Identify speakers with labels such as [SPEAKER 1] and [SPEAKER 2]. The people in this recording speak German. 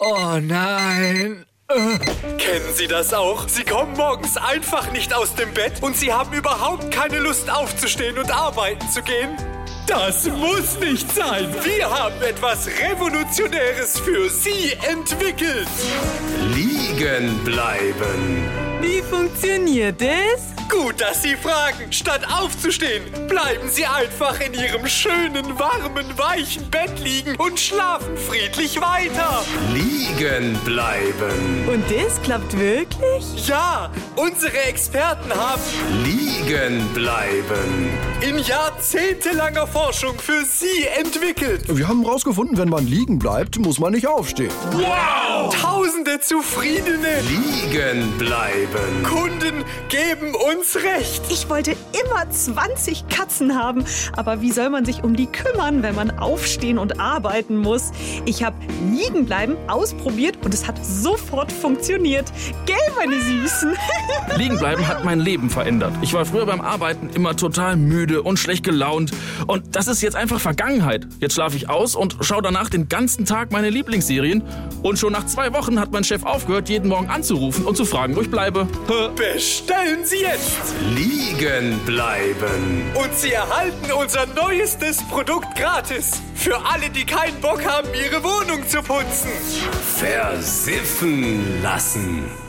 [SPEAKER 1] Oh nein.
[SPEAKER 2] Kennen Sie das auch? Sie kommen morgens einfach nicht aus dem Bett und Sie haben überhaupt keine Lust aufzustehen und arbeiten zu gehen? Das muss nicht sein. Wir haben etwas Revolutionäres für Sie entwickelt.
[SPEAKER 3] Liegen bleiben.
[SPEAKER 4] Wie funktioniert es?
[SPEAKER 2] Gut, dass Sie fragen. Statt aufzustehen, bleiben Sie einfach in Ihrem schönen, warmen, weichen Bett liegen und schlafen friedlich weiter.
[SPEAKER 3] Liegen bleiben.
[SPEAKER 4] Und das klappt wirklich?
[SPEAKER 2] Ja, unsere Experten haben
[SPEAKER 3] Liegen bleiben.
[SPEAKER 2] in jahrzehntelanger Forschung für Sie entwickelt.
[SPEAKER 5] Wir haben rausgefunden, wenn man liegen bleibt, muss man nicht aufstehen.
[SPEAKER 3] Oh.
[SPEAKER 2] Tausende zufriedene
[SPEAKER 3] Liegen bleiben.
[SPEAKER 2] Kunden geben uns recht.
[SPEAKER 4] Ich wollte immer 20 Katzen haben, aber wie soll man sich um die kümmern, wenn man aufstehen und arbeiten muss? Ich habe liegen bleiben ausprobiert und es hat sofort funktioniert. Gell, meine Süßen?
[SPEAKER 6] Liegenbleiben hat mein Leben verändert. Ich war früher beim Arbeiten immer total müde und schlecht gelaunt. Und das ist jetzt einfach Vergangenheit. Jetzt schlafe ich aus und schaue danach den ganzen Tag meine Lieblingsserien. Und schon nach zwei Wochen hat mein Chef aufgehört, jeden Morgen anzurufen und zu fragen, wo ich bleibe. Hä?
[SPEAKER 2] Bestellen Sie jetzt
[SPEAKER 3] Liegen bleiben.
[SPEAKER 2] und Sie erhalten unser neuestes Produkt gratis. Für alle, die keinen Bock haben, ihre Wohnung zu putzen.
[SPEAKER 3] Versiffen lassen.